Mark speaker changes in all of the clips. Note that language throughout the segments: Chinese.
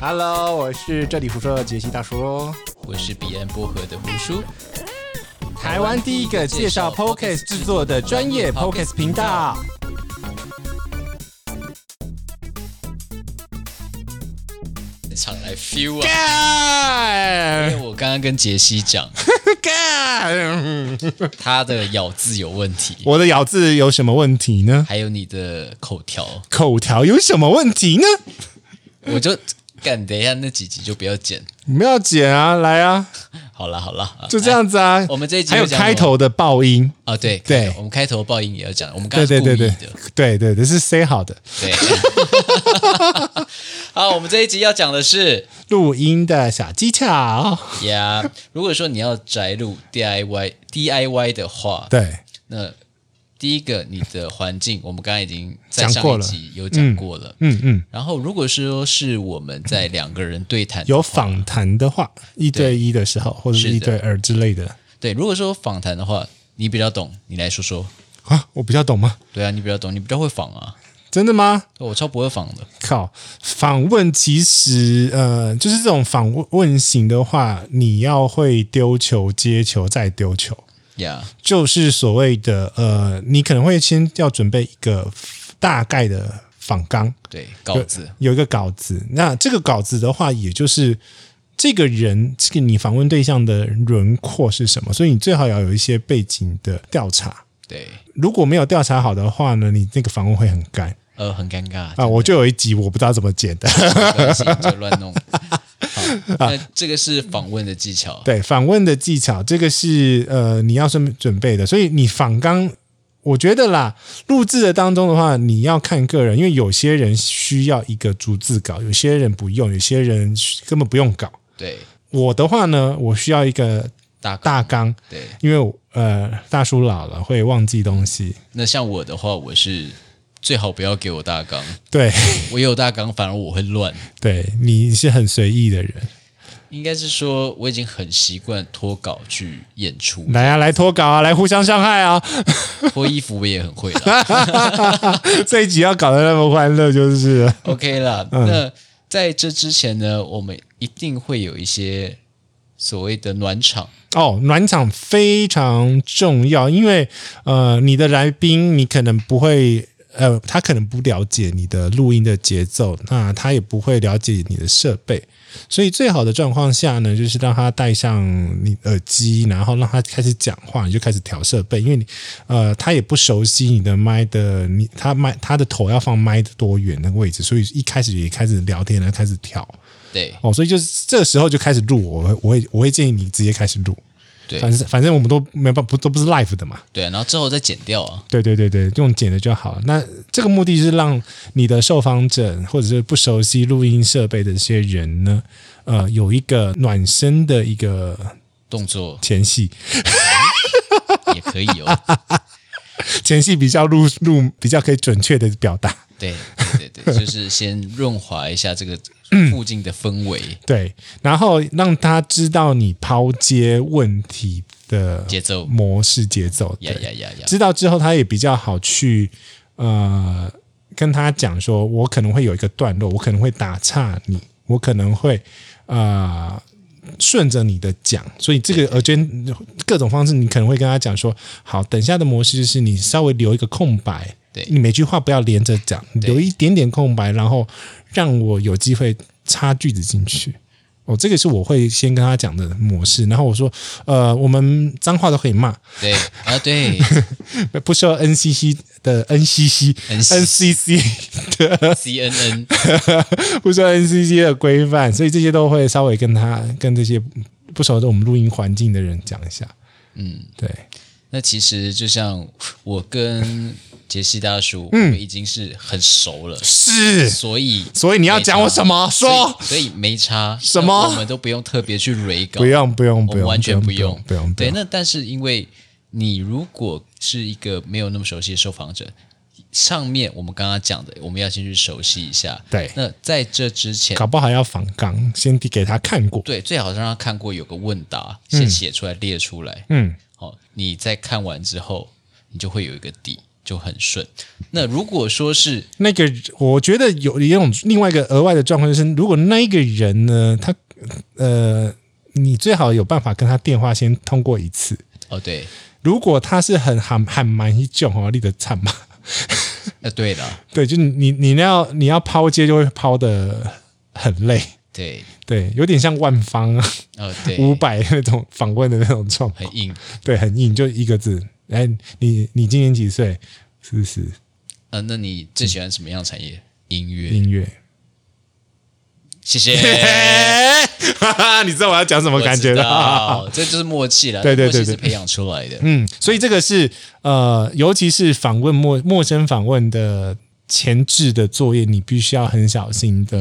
Speaker 1: Hello，我是这里胡说的杰西大叔，
Speaker 2: 我是彼岸薄荷的胡叔，
Speaker 1: 台湾第一个介绍 Podcast 制作的专业 Podcast 频道。
Speaker 2: 场来 feel 啊！因
Speaker 1: 干
Speaker 2: 为我刚刚跟杰 西讲，
Speaker 1: 干，
Speaker 2: 他的咬字有问题，
Speaker 1: 我的咬字有什么问题呢？
Speaker 2: 还有你的口条，
Speaker 1: 口条有什么问题呢？
Speaker 2: 我就干，等一下那几集就不要剪。
Speaker 1: 你们要剪啊，来啊，
Speaker 2: 好啦好啦，
Speaker 1: 就这样子啊。
Speaker 2: 我们这一集
Speaker 1: 还有
Speaker 2: 就讲什么
Speaker 1: 开头的爆音，
Speaker 2: 啊，对
Speaker 1: 对
Speaker 2: 我们开头爆音也要讲，我们刚
Speaker 1: 对
Speaker 2: 刚
Speaker 1: 对
Speaker 2: 是故
Speaker 1: 对对
Speaker 2: 意的，
Speaker 1: 对对对，是 say 好的
Speaker 2: 对。 好，我们这一集要讲的是
Speaker 1: 录音的小技巧。
Speaker 2: 呀，如果说你要宅录 DIY DIY 的话，
Speaker 1: 对，
Speaker 2: 那第一个，你的环境，我们刚刚已经在
Speaker 1: 讲
Speaker 2: 上
Speaker 1: 过
Speaker 2: 一
Speaker 1: 了
Speaker 2: 集有讲过了。
Speaker 1: 嗯嗯，
Speaker 2: 然后，如果是说是我们在两个人对谈的
Speaker 1: 有
Speaker 2: 话，
Speaker 1: 访谈的话，一对一的时候，或者是
Speaker 2: 是的
Speaker 1: 一对二之类的
Speaker 2: 对，如果说访谈的话，你比较懂，你来说说。
Speaker 1: 啊，我比较懂吗？
Speaker 2: 对啊，你比较懂，你比较会访啊，哦
Speaker 1: 真的吗？
Speaker 2: 我超不会访的。
Speaker 1: 靠，访问其实呃，就是这种访问型的话，你要会丢球、接球、再丢球，
Speaker 2: 呀、
Speaker 1: 就是所谓的呃，你可能会先要准备一个大概的访纲，
Speaker 2: 对，稿子
Speaker 1: 有一个稿子。那这个稿子的话，也就是这个人，这个你访问对象的轮廓是什么，所以你最好要有一些背景的调查。
Speaker 2: 对，
Speaker 1: 如果没有调查好的话呢，你那个访问会很干
Speaker 2: 呃，很尴尬
Speaker 1: 啊！我就有一集我不知道怎么剪的。
Speaker 2: 真的没关系你就乱弄。好，那这个是访问的技巧。
Speaker 1: 对，访问的技巧，这个是呃你要准准备的，所以你访纲。我觉得啦，录制的当中的话，你要看个人，因为有些人需要一个逐字稿，有些人不用，有些人根本不用稿。
Speaker 2: 对，
Speaker 1: 我的话呢，我需要一个
Speaker 2: 大纲
Speaker 1: 大纲，
Speaker 2: 对。
Speaker 1: 因为我呃大叔老了会忘记东西。
Speaker 2: 那像我的话，我是最好不要给我大纲，
Speaker 1: 对，
Speaker 2: 我有大纲，反而我会乱。
Speaker 1: 对，你是很随意的人。
Speaker 2: 应该是说我已经很习惯脱稿去演出，
Speaker 1: 来啊，来脱稿啊，来互相伤害啊！
Speaker 2: 脱衣服我也很会啦
Speaker 1: 这一集要搞得那么欢乐，就是了
Speaker 2: OK 啦，
Speaker 1: 嗯
Speaker 2: 那在这之前呢，我们一定会有一些所谓的暖场，
Speaker 1: 哦，暖场非常重要，因为呃，你的来宾你可能不会。呃，他可能不了解你的录音的节奏，那他也不会了解你的设备，所以最好的状况下呢，就是让他戴上你耳机，然后让他开始讲话，你就开始调设备，因为你呃，他也不熟悉你的麦的，你他麦他的头要放麦的多远那个位置，所以一开始也开始聊天，然啊后开始调
Speaker 2: 对
Speaker 1: 哦，所以就是这时候就开始录，我会我会我会建议你直接开始录，
Speaker 2: 对
Speaker 1: 反正反正我们都没办法，不都不是 live 的嘛。
Speaker 2: 对啊，然后之后再剪掉啊，
Speaker 1: 对对对对，用剪的就好了。那这个目的是让你的受访者或者是不熟悉录音设备的这些人呢，呃，有一个暖身的一个
Speaker 2: 动作
Speaker 1: 前戏，
Speaker 2: 也可以 哦，
Speaker 1: 前戏比较录录比较可以准确的表达。
Speaker 2: 对对对，对就是先润滑一下这个附近的氛围
Speaker 1: 对，然后让他知道你抛接问题的
Speaker 2: 节奏，
Speaker 1: 模式节奏。
Speaker 2: 呀
Speaker 1: 嗯对，
Speaker 2: 呀呀呀，
Speaker 1: 知道之后，他也比较好去呃跟他讲说，我可能会有一个段落，我可能会打岔你，我可能会呃顺着你的讲，所以这个而且各种方式，你可能会跟他讲说，好，等下的模式就是你稍微留一个空白，
Speaker 2: 对
Speaker 1: 你每句话不要连着讲，留一点点空白，然后让我有机会插句子进去。哦，这个是我会先跟他讲的模式，然后我说，呃，我们脏话都可以骂，
Speaker 2: 对啊对
Speaker 1: 不需要 NCC 的 NCC NCC
Speaker 2: ，CNN
Speaker 1: 不需要 NCC 的规范，所以这些都会稍微跟他跟这些不熟的我们录音环境的人讲一下。嗯，对，
Speaker 2: 那其实就像我跟杰西大叔，
Speaker 1: 嗯
Speaker 2: 我们已经是很熟了，
Speaker 1: 是，
Speaker 2: 所以
Speaker 1: 所以你要讲我什么
Speaker 2: 所以
Speaker 1: 说？
Speaker 2: 所以没差
Speaker 1: 什么
Speaker 2: 那我们都不用特别去蕊稿，
Speaker 1: 不用不用
Speaker 2: 我
Speaker 1: 不
Speaker 2: 们
Speaker 1: 用，
Speaker 2: 完全
Speaker 1: 不
Speaker 2: 用，
Speaker 1: 不用不
Speaker 2: 对，
Speaker 1: 用。
Speaker 2: 那但是因为你如果是一个没有那么熟悉的受访者，上面我们刚刚讲的，我们要先去熟悉一下。
Speaker 1: 对
Speaker 2: 那在这之前，
Speaker 1: 搞不好要反纲，先递给他看过。
Speaker 2: 对，最好是让他看过有个问答，先写出来列出来。
Speaker 1: 嗯，
Speaker 2: 好、你在看完之后，你就会有一个底。就很顺。那如果说是
Speaker 1: 那个我觉得有一种另外一个额外的状况就是，如果那一个人呢，他呃，你最好有办法跟他电话先通过一次。
Speaker 2: 哦，对，
Speaker 1: 如果他是很喊喊蛮一种哦，立得惨嘛，
Speaker 2: 呃，对了，
Speaker 1: 对，就你你你要你要抛接就会抛的很累，
Speaker 2: 对，
Speaker 1: 对，有点像万方啊、
Speaker 2: 哦，对，哎
Speaker 1: 五百那种访问的那种状况，
Speaker 2: 很硬。
Speaker 1: 对，很硬，就一个字。哎，你你今年几岁？四十。
Speaker 2: 呃，那你最喜欢什么样的产业？音乐。
Speaker 1: 音 乐。
Speaker 2: 谢谢。
Speaker 1: 哈哈，你知道我要讲什么
Speaker 2: 我
Speaker 1: 感觉了？
Speaker 2: 了，这就是默契了。
Speaker 1: 对对对
Speaker 2: 默契
Speaker 1: 对
Speaker 2: 是培养出来的。
Speaker 1: 嗯，所以这个是呃，尤其是访问陌陌生访问的前置的作业，你必须要很小心的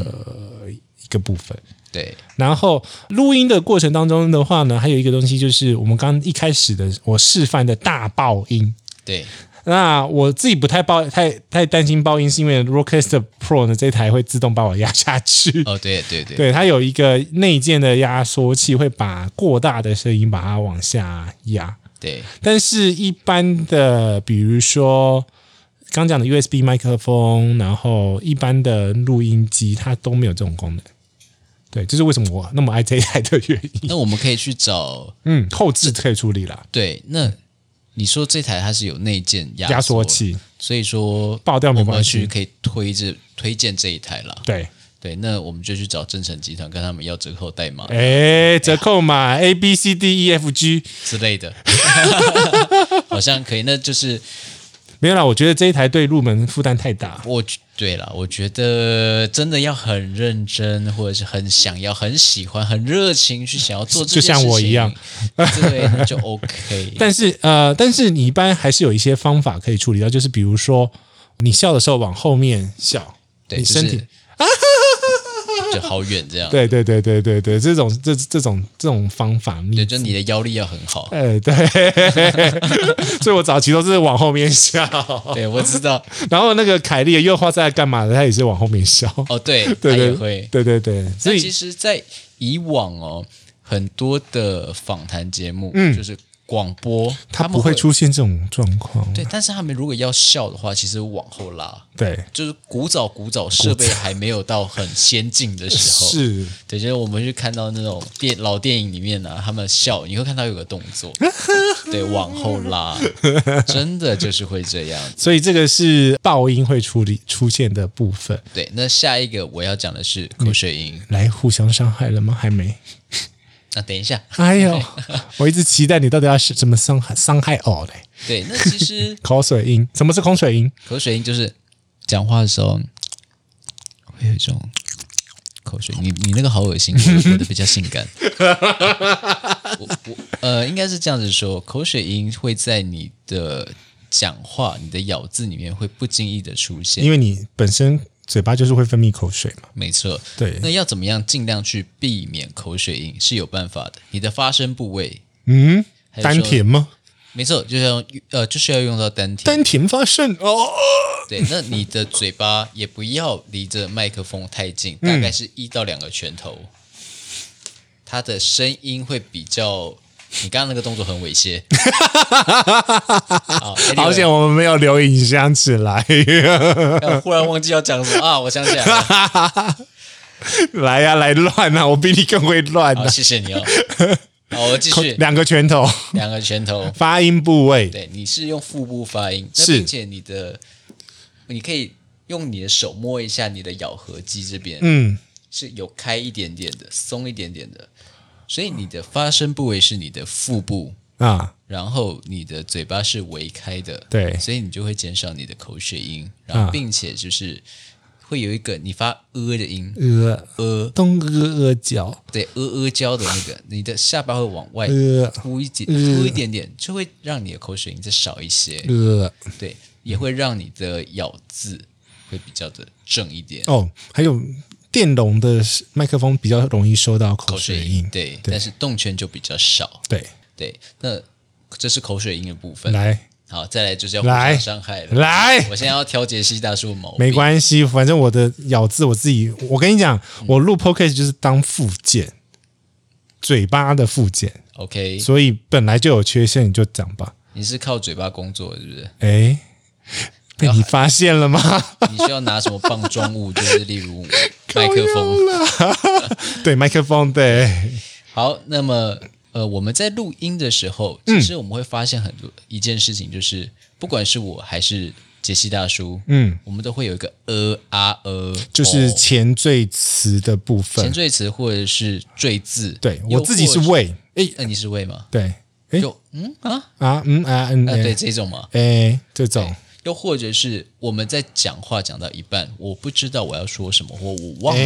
Speaker 1: 一个部分。
Speaker 2: 对，
Speaker 1: 然后录音的过程当中的话呢，还有一个东西就是我们刚刚一开始的我示范的大爆音。
Speaker 2: 对，
Speaker 1: 那我自己不太爆太太担心爆音，是因为 Rodecaster Pro 呢这台会自动把我压下去。
Speaker 2: 哦，对对对，
Speaker 1: 对，它有一个内建的压缩器，会把过大的声音把它往下压。
Speaker 2: 对，
Speaker 1: 但是，一般的，比如说刚讲的 USB 麦克风，然后一般的录音机，它都没有这种功能。对，这是为什么我那么爱这一台的原因。
Speaker 2: 那我们可以去找
Speaker 1: 嗯，后置可以处理啦，
Speaker 2: 对。那你说这台它是有内建压
Speaker 1: 压缩，器。
Speaker 2: 所以说
Speaker 1: 爆掉没
Speaker 2: 我
Speaker 1: 关
Speaker 2: 们
Speaker 1: 系
Speaker 2: 去可以推这推荐这一台啦。
Speaker 1: 对，
Speaker 2: 对，那我们就去找正成集团，跟他们要折扣代码
Speaker 1: 哎，折扣码 A B C D E F G
Speaker 2: 之类的， 好像可以。那就是
Speaker 1: 没有啦，我觉得这一台对入门负担太大。
Speaker 2: 我对了，我觉得真的要很认真，或者是很想要、很喜欢、很热情去想要做这件
Speaker 1: 就像我一样
Speaker 2: 事情，对，那就 OK。
Speaker 1: 但是呃，但是你一般还是有一些方法可以处理到，就是比如说你笑的时候往后面笑，
Speaker 2: 对，
Speaker 1: 你身体
Speaker 2: 就是、 就好远这样。
Speaker 1: 对对对对对对，这种这这种这种方法，
Speaker 2: 对，
Speaker 1: 你
Speaker 2: 就是你的腰力要很好。
Speaker 1: 呃对， 所以我早期都是往后面笑，
Speaker 2: 对，我知 道。
Speaker 1: 然后那个凯莉的又画在干嘛的，他也是往后面笑，
Speaker 2: 哦，对，他
Speaker 1: 对
Speaker 2: 也
Speaker 1: 对
Speaker 2: 会。
Speaker 1: 对对对，所
Speaker 2: 那其
Speaker 1: 以
Speaker 2: 实，在以往哦，很多的访谈节目，就是广播，
Speaker 1: 他
Speaker 2: 们
Speaker 1: 嗯不会。出现这种状况，
Speaker 2: 对，但是他们如果要笑的话，其实往后拉，
Speaker 1: 对，
Speaker 2: 就是古早古早设备还没有到很先进的时候。。
Speaker 1: 是
Speaker 2: 对，就是我们去看到那种电老电影里面呢、他们笑，你会看到有个动作，对，往后拉，真的就是会这样
Speaker 1: 所以这个是爆音会处理出现的部分。
Speaker 2: 对，那下一个我要讲的是口水音。
Speaker 1: 来，互相伤害了吗？还没。
Speaker 2: 那、等一下，
Speaker 1: 哎呦，我一直期待你到底要是怎么伤害伤害我嘞？
Speaker 2: 对，那其实
Speaker 1: 口水音，什么是口水音？
Speaker 2: 口水音就是讲话的时候会有一种口水。你你那个好恶心，我我的比较性 感。我我呃，应该是这样子说，口水音会在你的讲话、你的咬字里面会不经意的出现。
Speaker 1: 因为你本身嘴巴就是会分泌口水嘛。
Speaker 2: 没错，
Speaker 1: 对
Speaker 2: 那要怎么样尽量去避免口水音是有办法的。你的发声部位，
Speaker 1: 嗯，
Speaker 2: 还有
Speaker 1: 丹
Speaker 2: 说
Speaker 1: 田吗？
Speaker 2: 没错，就是要用呃，就是要用到丹田。
Speaker 1: 丹田发声哦，
Speaker 2: 对，那你的嘴巴也不要离着麦克风太近，
Speaker 1: 嗯
Speaker 2: 大概是一到两个拳头，它的声音会比较。你刚刚那个动作很 猥亵，啊好
Speaker 1: 好险，我们没有留影像起来。
Speaker 2: anyway，我忽哎然忘记要讲什么啊！我想起来了，
Speaker 1: 来呀、来乱啊！我比你更会乱
Speaker 2: 好，
Speaker 1: 啊！
Speaker 2: 谢谢你哦。好，我 继续
Speaker 1: 两个拳头，
Speaker 2: 两个拳头，
Speaker 1: 发音部位，
Speaker 2: 对，你是用腹部发音，那
Speaker 1: 是
Speaker 2: 并且你的你可以用你的手摸一下你的咬合肌这边，
Speaker 1: 嗯，
Speaker 2: 是有开一点点的，松一点点的，所以你的发声部位是你的腹部，
Speaker 1: 啊，
Speaker 2: 然后你的嘴巴是围开的，
Speaker 1: 对
Speaker 2: 所以你就会减少你的口水音，然后
Speaker 1: 啊
Speaker 2: 并且就是会有一个你发呃的音，
Speaker 1: 呃，
Speaker 2: 呃，
Speaker 1: 东呃呃脚，
Speaker 2: 对，呃呃胶的那个，你的下巴会往外
Speaker 1: 呃
Speaker 2: 凸一点，凸一点点，就会让你的口水音再少一些，
Speaker 1: 呃，
Speaker 2: 对，也会让你的咬字会比较的正一点。
Speaker 1: 哦，还有电容的麦克风比较容易收到口
Speaker 2: 口水
Speaker 1: 水
Speaker 2: 音
Speaker 1: 音，
Speaker 2: 对，
Speaker 1: 对
Speaker 2: 但是动圈就比较少。
Speaker 1: 对，
Speaker 2: 对，那这是口水音的部分。
Speaker 1: 来，
Speaker 2: 好，再来就是要互
Speaker 1: 来
Speaker 2: 相伤害了。
Speaker 1: 来
Speaker 2: 我现在要调节西大叔的毛病。
Speaker 1: 没关系，反正我的咬字我自己，我跟你讲，我录 podcast 就是当附件，嘴巴的附件，
Speaker 2: OK，
Speaker 1: 所以本来就有缺陷，你就讲吧。
Speaker 2: 你是靠嘴巴工作的是不是？
Speaker 1: 哎，被你发现了吗？
Speaker 2: 你需要拿什么棒状物？就是例 如麦克风。
Speaker 1: 对，麦克风，对，
Speaker 2: 好，那么呃，我们在录音的时候，
Speaker 1: 嗯
Speaker 2: 其实我们会发现很多一件事情，就是不管是我还是杰西大叔，
Speaker 1: 嗯，
Speaker 2: 我们都会有一个呃啊呃，
Speaker 1: 就是
Speaker 2: 哦
Speaker 1: 前缀词的部
Speaker 2: 前
Speaker 1: 分。
Speaker 2: 缀词或者是缀字。
Speaker 1: 对
Speaker 2: 又
Speaker 1: 我自己是
Speaker 2: 或者，
Speaker 1: 喂，诶，
Speaker 2: 那、你是喂吗？
Speaker 1: 对，诶
Speaker 2: 就嗯啊
Speaker 1: 啊，嗯啊，嗯，
Speaker 2: 啊，对
Speaker 1: 诶
Speaker 2: 这种嘛。
Speaker 1: 诶，这种，
Speaker 2: 又或者是我们在讲话讲到一半，我不知道我要说什么，或我忘了。
Speaker 1: 哎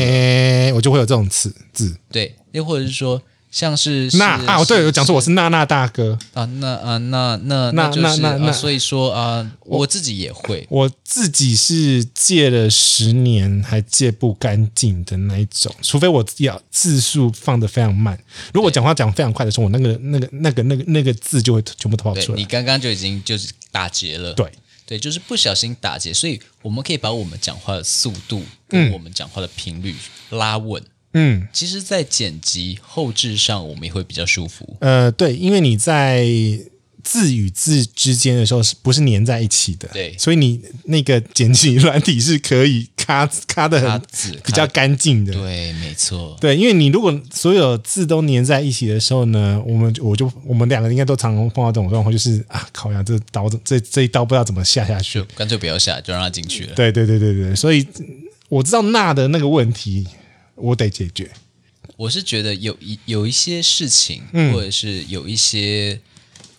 Speaker 1: 诶，我就会有这种词字。
Speaker 2: 对，又或者是说像是
Speaker 1: 那
Speaker 2: 是
Speaker 1: 啊，我对，
Speaker 2: 是
Speaker 1: 我讲错，我是娜娜大哥，
Speaker 2: 啊，那啊那那
Speaker 1: 那
Speaker 2: 就是
Speaker 1: 那那
Speaker 2: 啊
Speaker 1: 那
Speaker 2: 所以说啊，我自己也会。
Speaker 1: 我自己是戒了十年还戒不干净的那一种，除非我要字数放的非常慢。如果讲话讲非常快的时候，我那个那个那个那个那个字就会全部都跑
Speaker 2: 对
Speaker 1: 出
Speaker 2: 你
Speaker 1: 来。
Speaker 2: 刚刚就已经就是打结了，
Speaker 1: 对
Speaker 2: 对，就是不小心打结，所以我们可以把我们讲话的速度跟我们讲话的频率拉稳。
Speaker 1: 嗯，
Speaker 2: 其实，在剪辑后置上，我们也会比较舒服。
Speaker 1: 呃，对，因为你在字与字之间的时候是不是粘在一起的？
Speaker 2: 对
Speaker 1: 所以你那个剪辑软体是可以咔咔的
Speaker 2: 它
Speaker 1: 很
Speaker 2: 字
Speaker 1: 嗯比较
Speaker 2: 看
Speaker 1: 干净的。
Speaker 2: 对，没错，
Speaker 1: 对，因为你如果所有字都粘在一起的时候呢，我们我就我们两个应该都常常碰到这种状况，就是啊，靠呀，这刀这这一刀不知道怎么下下去
Speaker 2: 就。干脆不要下，就让它进去了。
Speaker 1: 对对对对对，所以我知道钠的那个问题，我得解决。
Speaker 2: 我是觉得有一有一些事情，
Speaker 1: 嗯
Speaker 2: 或者是有一些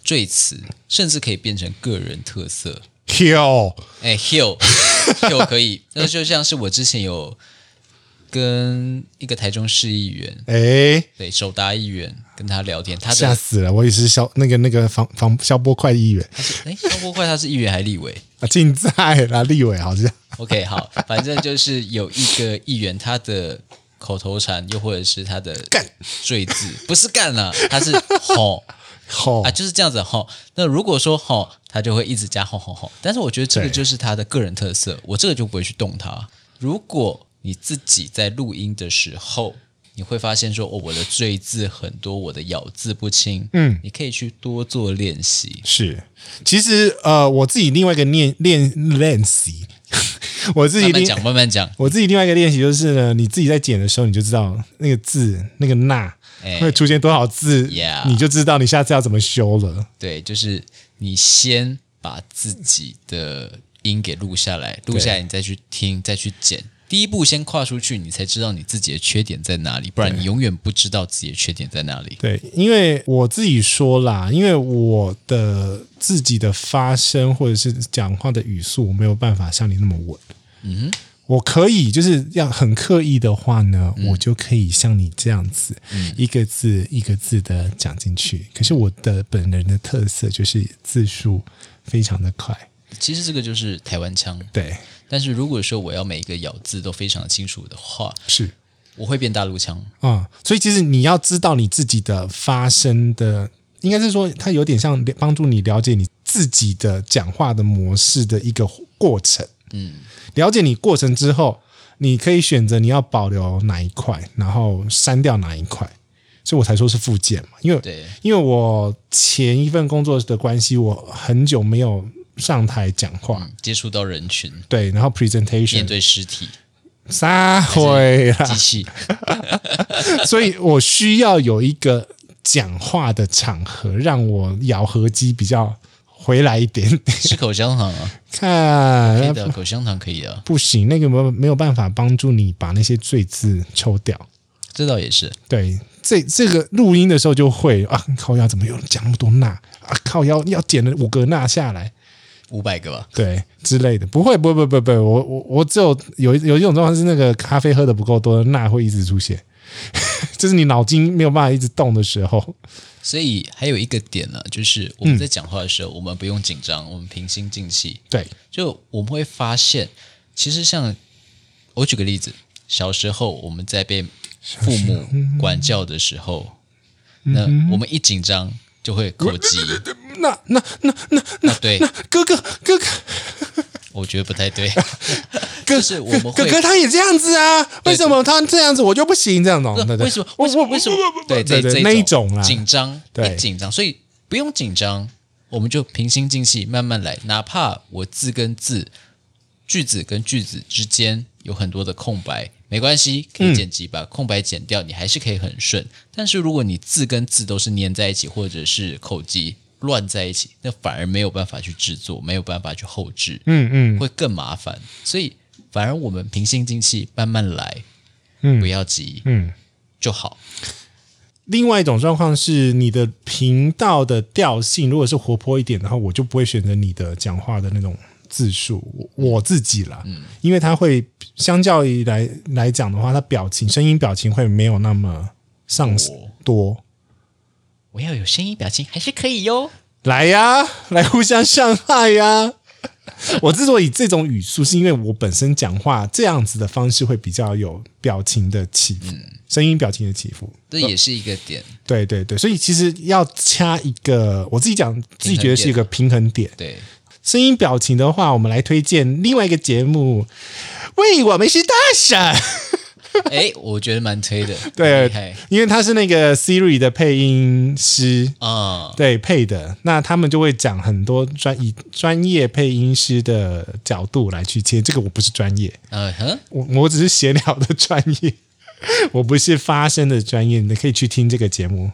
Speaker 2: 赘词，甚至可以变成个人特色。
Speaker 1: Q，
Speaker 2: 哎，Hill Hill 可以，那就像是我之前有跟一个台中市议员，
Speaker 1: 哎，
Speaker 2: 对，首达议员跟他聊天，他
Speaker 1: 吓
Speaker 2: 的
Speaker 1: 死了！我也是消那个那个防防消波快议员
Speaker 2: 他是哎，张国会他是议员还立委
Speaker 1: 啊，竞赛啦，立委好像
Speaker 2: ？OK，好，反正就是有一个议员，他的口头禅又或者是他的
Speaker 1: 干
Speaker 2: 赘字，不是干了、他是吼。
Speaker 1: 吼
Speaker 2: 啊，就是这样子吼。那如果说吼，他就会一直加吼吼吼。但是我觉得这个
Speaker 1: 对
Speaker 2: 就是他的个人特色，我这个就不会去动它。如果你自己在录音的时候，你会发现说，哦，我的赘字很多，我的咬字不清，嗯，你可以去多做练习。
Speaker 1: 是。其实呃，我自己另外一个练练练习， 我自己
Speaker 2: 慢慢
Speaker 1: 另
Speaker 2: 讲，慢慢讲，
Speaker 1: 我自己另外一个练习就是呢，你自己在剪的时候，你就知道那个字、那个那
Speaker 2: 哎
Speaker 1: 会出现多少字
Speaker 2: Yeah
Speaker 1: 你就知道你下次要怎么修了。
Speaker 2: 对，就是你先把自己的音给录下来，录下来你再去听，再去剪。第一步先跨出去，你才知道你自己的缺点在哪里，不然你永远不知道自己的缺点在哪里。
Speaker 1: 对，因为我自己说啦，因为我的自己的发声或者是讲话的语速，我没有办法像你那么稳。嗯我可以就是要很刻意的话呢，
Speaker 2: 嗯
Speaker 1: 我就可以像你这样子，一个字一个字的讲进去。可是我的本人的特色就是字数非常的快，
Speaker 2: 其实这个就是台湾腔，
Speaker 1: 对，
Speaker 2: 但是如果说我要每一个咬字都非常清楚的话，
Speaker 1: 是。
Speaker 2: 我会变大陆腔。
Speaker 1: 啊、所以其实你要知道你自己的发声的，应该是说它有点像了帮助你了解你自己的讲话的模式的一个过程。嗯，了解你过程之后，你可以选择你要保留哪一块，然后删掉哪一块。所以我才说是附件嘛，因为
Speaker 2: 对，
Speaker 1: 因为我前一份工作的关系，我很久没有上台讲话，
Speaker 2: 嗯，接触到人群，
Speaker 1: 对，然后 presentation
Speaker 2: 面对尸体、
Speaker 1: 撒回啦
Speaker 2: 机，器，
Speaker 1: 所以我需要有一个讲话的场合，让我咬合肌比较回来一点点。
Speaker 2: 吃口香糖 啊，可
Speaker 1: 看，
Speaker 2: 以的，口香糖可以啊的，
Speaker 1: 不行，那个没有没有办法帮助你把那些赘字抽掉。
Speaker 2: 这倒也是。
Speaker 1: 对，这这个录音的时候就会啊，靠腰怎么又讲那么多那啊，靠腰要剪了五个那下来。
Speaker 2: 五百个吧，
Speaker 1: 对之类的，不会，不会，不会，不会，我我我只有有一有一种状况是那个咖啡喝的不够多，钠会一直出现， 就是你脑筋没有办法一直动的时候，
Speaker 2: 所以还有一个点呢、就是我们在讲话的时候，我们不用紧张，我们平心静气。
Speaker 1: 对，
Speaker 2: 就我们会发现，其实像我举个例子，小时候我们在被父母
Speaker 1: 嗯
Speaker 2: 管教的时候，那我们一紧张就会口急。
Speaker 1: 那那那
Speaker 2: 那对，
Speaker 1: 哥哥哥哥
Speaker 2: 我觉得不太对，
Speaker 1: 哥
Speaker 2: 就是我们
Speaker 1: 哥
Speaker 2: 会
Speaker 1: 哥他也这样子啊，为什么他这样子我就不行这样 子哦？对对，
Speaker 2: 为什么？
Speaker 1: 我
Speaker 2: 为什么
Speaker 1: 我
Speaker 2: 为什么？
Speaker 1: 对
Speaker 2: 对，这
Speaker 1: 对
Speaker 2: 这
Speaker 1: 那一种啦，
Speaker 2: 紧张，
Speaker 1: 对
Speaker 2: 一紧张，所以不用紧张，我们就平心静气，慢慢来。哪怕我字跟字、句子跟句子之间有很多的空白，没关系，可以剪辑把空白剪掉，你还是可以很顺。但是如果你字跟字都是粘在一起，或者是口技乱在一起，那反而没有办法去制作，没有办法去后置，
Speaker 1: 嗯嗯，
Speaker 2: 会更麻烦。所以，反而我们平心静气，慢慢来，
Speaker 1: 嗯
Speaker 2: 不要急，
Speaker 1: 嗯，
Speaker 2: 就好。
Speaker 1: 另外一种状况是，你的频道的调性如果是活泼一点的话，我就不会选择你的讲话的那种字数，我我自己啦，因为它会相较于来来讲的话，它表情、声音、表情会没有那么上
Speaker 2: 哦
Speaker 1: 多。
Speaker 2: 我要有声音表情，还是可以哟。
Speaker 1: 来呀，来互相伤害呀！ 我之所以这种语速，是因为我本身讲话这样子的方式会比较有表情的起伏，声音表情的起伏。
Speaker 2: 这也是一个点，
Speaker 1: 对对对，所以其实要掐一个，我自己讲，自己觉得是一个平衡点。
Speaker 2: 对。
Speaker 1: 声音表情的话，我们来推荐另外一个节目，喂，我们是大神。
Speaker 2: 哎，我觉得蛮推 的，
Speaker 1: 对
Speaker 2: 厉害，
Speaker 1: 因为他是那个 Siri 的配音师，
Speaker 2: 啊、
Speaker 1: 对配的，那他们就会讲很多专以专业配音师的角度来去切。这个我不是专业，
Speaker 2: 嗯哼，
Speaker 1: 我我只是闲聊的专业， 我不是发声的专业。你可以去听这个节目，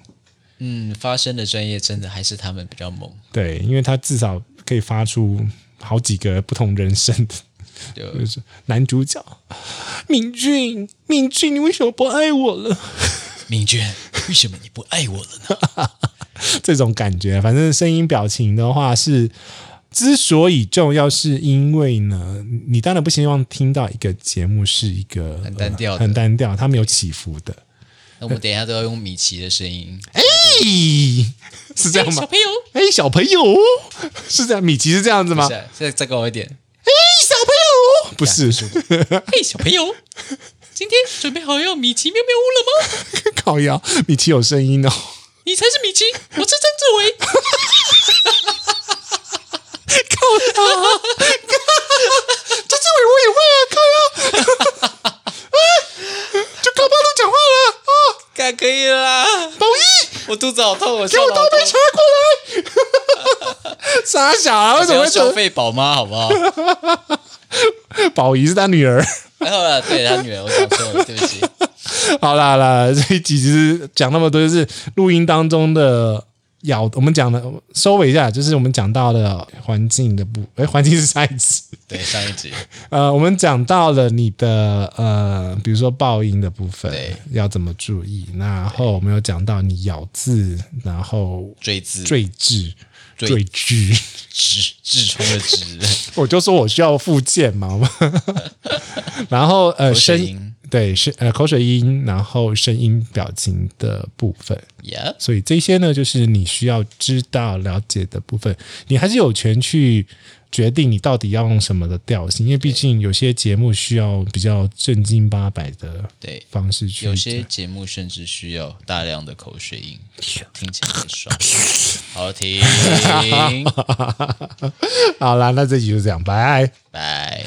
Speaker 2: 嗯，发声的专业真的还是他们比较猛，
Speaker 1: 对，因为他至少可以发出好几个不同人声的
Speaker 2: 对，
Speaker 1: 就是男主角。敏俊，敏俊，你为什么不爱我了？
Speaker 2: 明娟，为什么你不爱我 了呢？
Speaker 1: 这种感觉。反正声音表情的话是，之所以重要，是因为呢，你当然不希望听到一个节目是一个
Speaker 2: 很单调的
Speaker 1: 呃很单调，它没有起伏的。
Speaker 2: 那我们等一下都要用米奇的声 音，
Speaker 1: 咦，哎是这样吗
Speaker 2: 小？朋友，
Speaker 1: 哎，小朋友， 是这样，米奇是这样子吗？
Speaker 2: 不是啊再再高一 点，
Speaker 1: 哎，小朋友，不是，
Speaker 2: 嘿，小朋友，今天准备好要米奇妙妙屋了吗？
Speaker 1: 烤腰，米奇有声音哦。
Speaker 2: 你才是米 奇，我是曾志伟，
Speaker 1: 这志伟我也会啊，烤腰， 哎，就高包都讲话了啊，
Speaker 2: 看可以啦，
Speaker 1: 宝仪。
Speaker 2: 我肚子好痛，我
Speaker 1: 给
Speaker 2: 给
Speaker 1: 我倒杯茶过来。傻小啊，为什么会
Speaker 2: 消
Speaker 1: 说
Speaker 2: 费宝妈好不好？
Speaker 1: 宝仪是他女儿？
Speaker 2: 然后了，对他女儿，我想错了，对不起，
Speaker 1: 好啦好啦，这一集其实讲那么多，就是录音当中的咬，我们讲的收尾一下，就是我们讲到的呃环境的部，哎，环境是下一集。
Speaker 2: 对上一集，
Speaker 1: 呃，我们讲到了你的呃，比如说爆音的部分
Speaker 2: 对
Speaker 1: 要怎么注意，然后我们有讲到你咬字，然后
Speaker 2: 追字
Speaker 1: 赘字、赘
Speaker 2: 赘
Speaker 1: 字。
Speaker 2: 直痔疮的直，
Speaker 1: 我就说我需要复健嘛， 然后呃
Speaker 2: 口水
Speaker 1: 声
Speaker 2: 音
Speaker 1: 对是呃口水音，然后声音表情的部分，
Speaker 2: 耶，
Speaker 1: 所以这些呢就是你需要知道了解的部分，你还是有权去决定你到底要用什么的调性，因为毕竟有些节目需要比较正经八百的
Speaker 2: 对，
Speaker 1: 方式去
Speaker 2: 有些节目甚至需要大量的口水音，听起来很爽。好停，
Speaker 1: 好啦，那这集就这样，拜。
Speaker 2: 拜。